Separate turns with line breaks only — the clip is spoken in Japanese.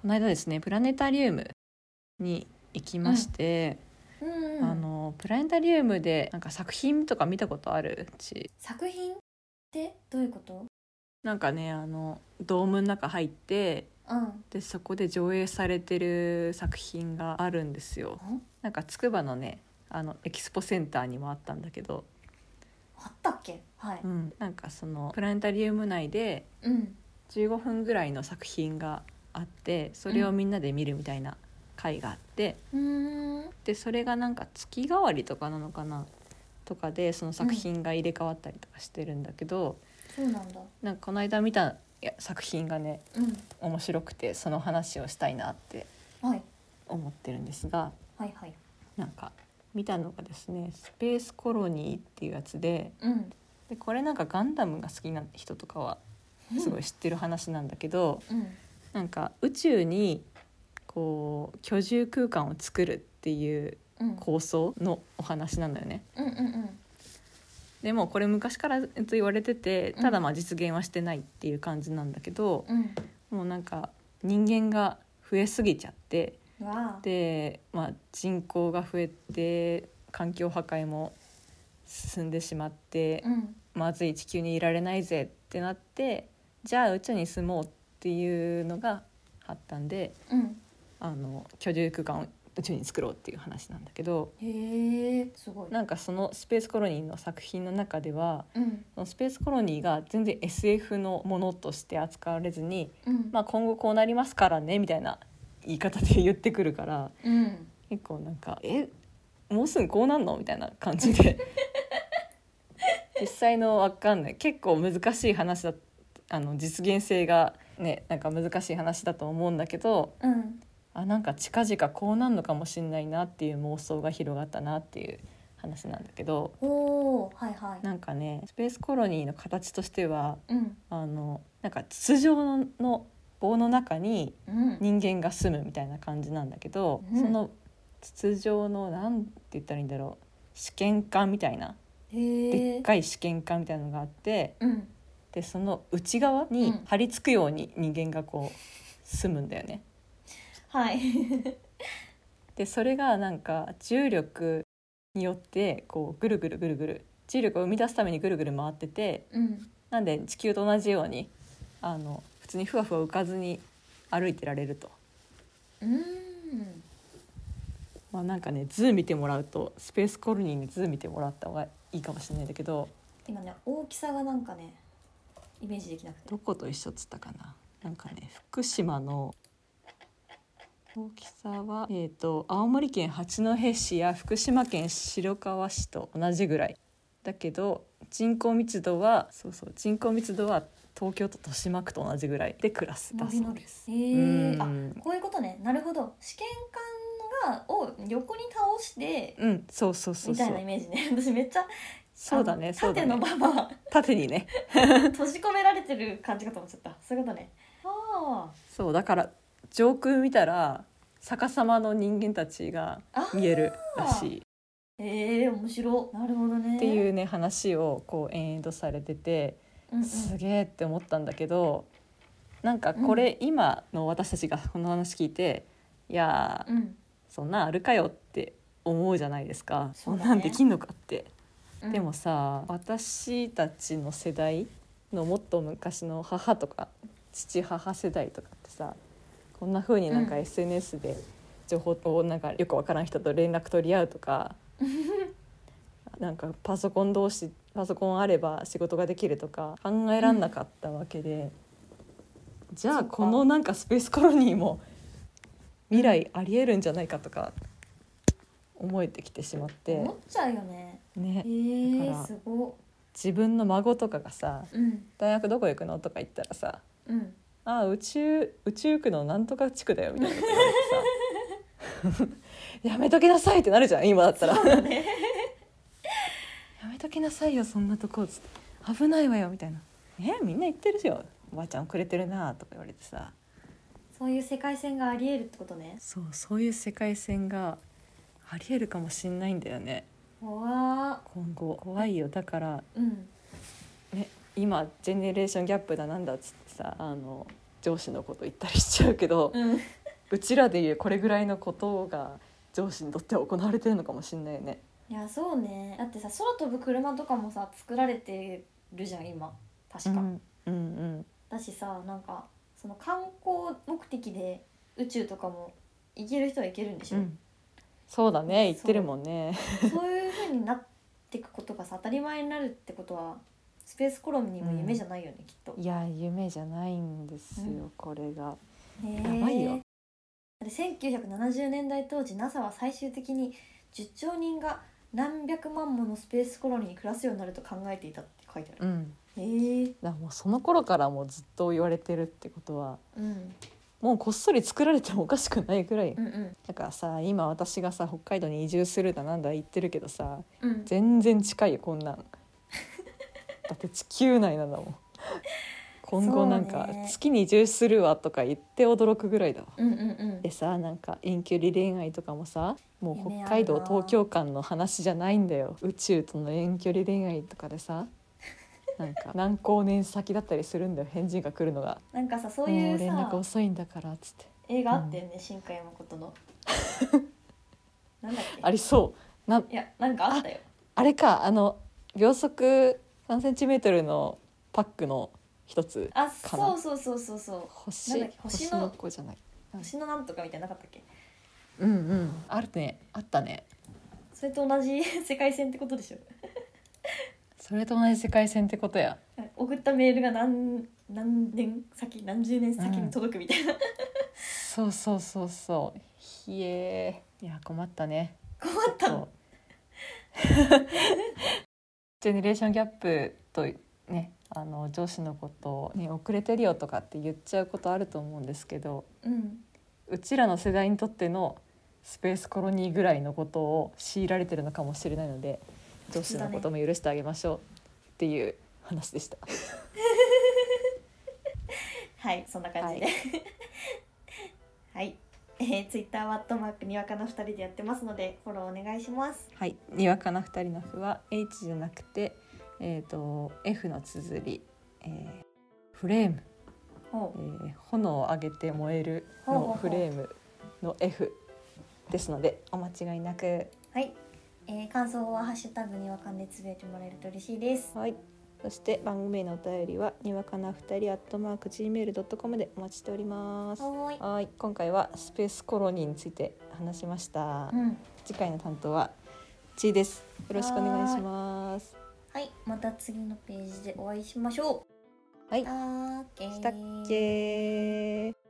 この間ですねプラネタリウムに行きまして、
うんうん
あのプラネタリウムでなんか作品とか見たことあるうち
作品ってどういうこと
なんかねあのドームの中入って
うん
でそこで上映されてる作品があるんですよ
あ。
なんか筑波のねあのエキスポセンターにもあったんだけど、
あったっけはい
うん、なんかそのプラネタリウム内で
うん
15分ぐらいの作品があってそれをみんなで見るみたいな回があって、
うーん
でそれがなんか月替わりとかなのかなとかでその作品が入れ替わったりとかしてるんだけど、
そうなんだ
なんかこの間見たいや作品がね
うん
面白くてその話をしたいなって
はい
思ってるんですが
はいはい
なんか見たのがですね「スペースコロニー」っていうやつで
うん
でこれなんかガンダムが好きな人とかはすごい知ってる話なんだけど、
うん
なんか宇宙にこう居住空間を作るっていう
うん
構想のお話なんだよね。
うんうんうん
でもこれ昔からずっと言われてて
うん
ただまあ実現はしてないっていう感じなんだけど、
うん
もうなんか人間が増えすぎちゃって
うわあ
で、まあ、人口が増えて環境破壊も進んでしまって、
うん
まずい地球にいられないぜってなってじゃあ宇宙に住もうっていうのが発端で
うん
あの居住空間を宇宙に作ろうっていう話なんだけど
へえすごい
なんかそのスペースコロニーの作品の中では
うん
そのスペースコロニーが全然 SF のものとして扱われずに、
うん
まあ、今後こうなりますからねみたいな言い方で言ってくるから
うん
結構なんか「えもうすぐこうなんの?」みたいな感じで実際のわかんない結構難しい話だあの実現性がねなんか難しい話だと思うんだけど
うん
あなんか近々こうなんのかもしんないなっていう妄想が広がったなっていう話なんだけど
おおはいはい
なんかねスペースコロニーの形としては
うん
あのなんか筒状の棒の中に
うん
人間が住むみたいな感じなんだけど、
うん
その筒状のなんて言ったらいいんだろう試験管みたいな
へ
で
え
っかい試験管みたいなのがあって
うん
でその内側に
うん
張り付くように人間がこう住むんだよね。
はい
でそれがなんか重力によってこうぐるぐるぐるぐる重力を生み出すためにぐるぐる回ってて
うん
なんで地球と同じようにあの普通にふわふわ浮かずに歩いてられると。
うーん
まあなんかね図見てもらうとスペースコロニーに図見てもらった方がいいかもしれないんだけど
今ね大きさがなんかねイメージできなくて
どこと一緒っつったかななんかね福島の大きさは、えー、と青森県八戸市や福島県白河市と同じぐらいだけど人口密度はそうそう人口密度は東京都豊島区と同じぐらいで暮らすだそうです。
すへえあ
うん
こういうことねなるほど試験管がを横に倒して
うん、そうそうそう
み
そ
たいなイ
う。
メージね 私めっちゃ
そうだね、
あ
そ
の
うだ
縦の
ね。
まま
縦にね。
閉じ込められてる感じかと思っちゃったそういうことねあ
そうだから上空見たら逆さまの人間たちが
あ
見えるらしい
ーえー、面白なるほどね
って
う、
いうね話をこう延々とされてて
うんうん、
すげえって思ったんだけどなんかこれ今の私たちがこの話聞いていやー
うん
そんなんあるかよって思うじゃないですか
そ
そ,、
うだね
んなんできんのかって。
うん
でもさ私たちの世代のもっと昔の母とか父母世代とかってさこんな風になんか
うん
SNS で情報をなんかよくわからん人と連絡取り合うと かなんかパソコン同士パソコンあれば仕事ができるとか考えらんなかったわけで、じゃ
そ
あ
っか
このなんかスペースコロニーも未来ありえるんじゃないかとか思えてきてしまって
思っちゃうよね
ね
え。ー
だから
すご
自分の孫とかがさ
うん
「大学どこ行くの?」とか言ったらさ
うん
「ああ宇宙宇宙区のなんとか地区だよ」みたいなこと言われてさ「やめときなさい」ってなるじゃん今だったら。やめときなさいよそんなとこっつって危ないわよみたいな「えみんな言ってるよおばあちゃんくれてるな」とか言われてさ
そういう世界線がありえるってことね
そうそういう世界線がありえるかもしんないんだよね
うわ
今後怖いよだから
ーうん
ね、今ジェネレーションギャップだなんだっつってさあの上司のこと言ったりしちゃうけど、
うん
うちらでいうこれぐらいのことが上司にとっては行われてるのかもしんないよね。
いやそうねだってさ空飛ぶ車とかもさ作られてるじゃん今確か、
うんうん
だしさなんかその観光目的で宇宙とかも行ける人は行けるんでし
う
ょ、
ん、そうだね言ってるもんね。
そういう風になっていくことがさ当たり前になるってことはスペースコロニーも夢じゃないよね、きっと
いや夢じゃないんですよ、
う
これが。
ねえ
やばいよ
だって1970年代当時 NASA は最終的に10兆人が何百万ものスペースコロニーに暮らすようになると考えていたって書いてある、
うん、
へえ
だからもうその頃からもうずっと言われてるってことは
うん
もうこっそり作られてもおかしくないぐらい、
うんうん
だからさ今私がさ北海道に移住するだなんだ言ってるけどさ
うん
全然近いよこん なんだって地球内なんだもん今後なんか
そうね
月に移住するわとか言って驚くぐらいだわ
うんうんうん
でさなんか遠距離恋愛とかもさもう
夢あるな
北海道東京間の話じゃないんだよ宇宙との遠距離恋愛とかでさなん か何光年先だったりするんだよ返事が来るのが
なんかさそうい
も
う
う連絡
さ
遅いんだからっつって
映画あったよね、新海 誠のなんだっけ
ありそうない
やなんかあったよ
あれかあの秒速3センチメートルのパックの一つ
あ
かな
そうそうそうそうそうなん
星
だっけ星の
子じゃない
星のなんとかみたいなのなかったっけ
うんうんあるねあったね
それと同じ 世界線ってことでしょ
それと同じ世界線ってことや
送ったメールが何何年先何十年先に届くみたいな、
そうそうそうそうひえいや困ったね
困ったの
そう ジェネレーションギャップとねあの上司のことを、ね、遅れてるよとかって言っちゃうことあると思うんですけど
うん
うちらの世代にとってのスペースコロニーぐらいのことを強いられてるのかもしれないので上司のことも許してあげましょうっていう話でした。
はいそんな感じで はい、えー、ツイッターはアットマークにわかの2人でやってますのでフォローお願いします
はい、にわかな二人のふは H じゃなくて、えー、と F の綴り、えーフレーム、
お
えー炎を上げて燃えるのフレームの F ですのでお間違いなく。
はい、えー、感想は「ハッシュタグにわかん」でつぶやいてもらえると嬉しいです
はい。そして番組へのお便りはにわかな二人アットマーク gmail ドットコムでお待ちしております。
はーい
はい、今回はスペースコロニーについて話しました。
うん
次回の担当はちいです。よろしくお願いします。
はいまた次のページでお会いしましょう
はい
したっけー
したっけー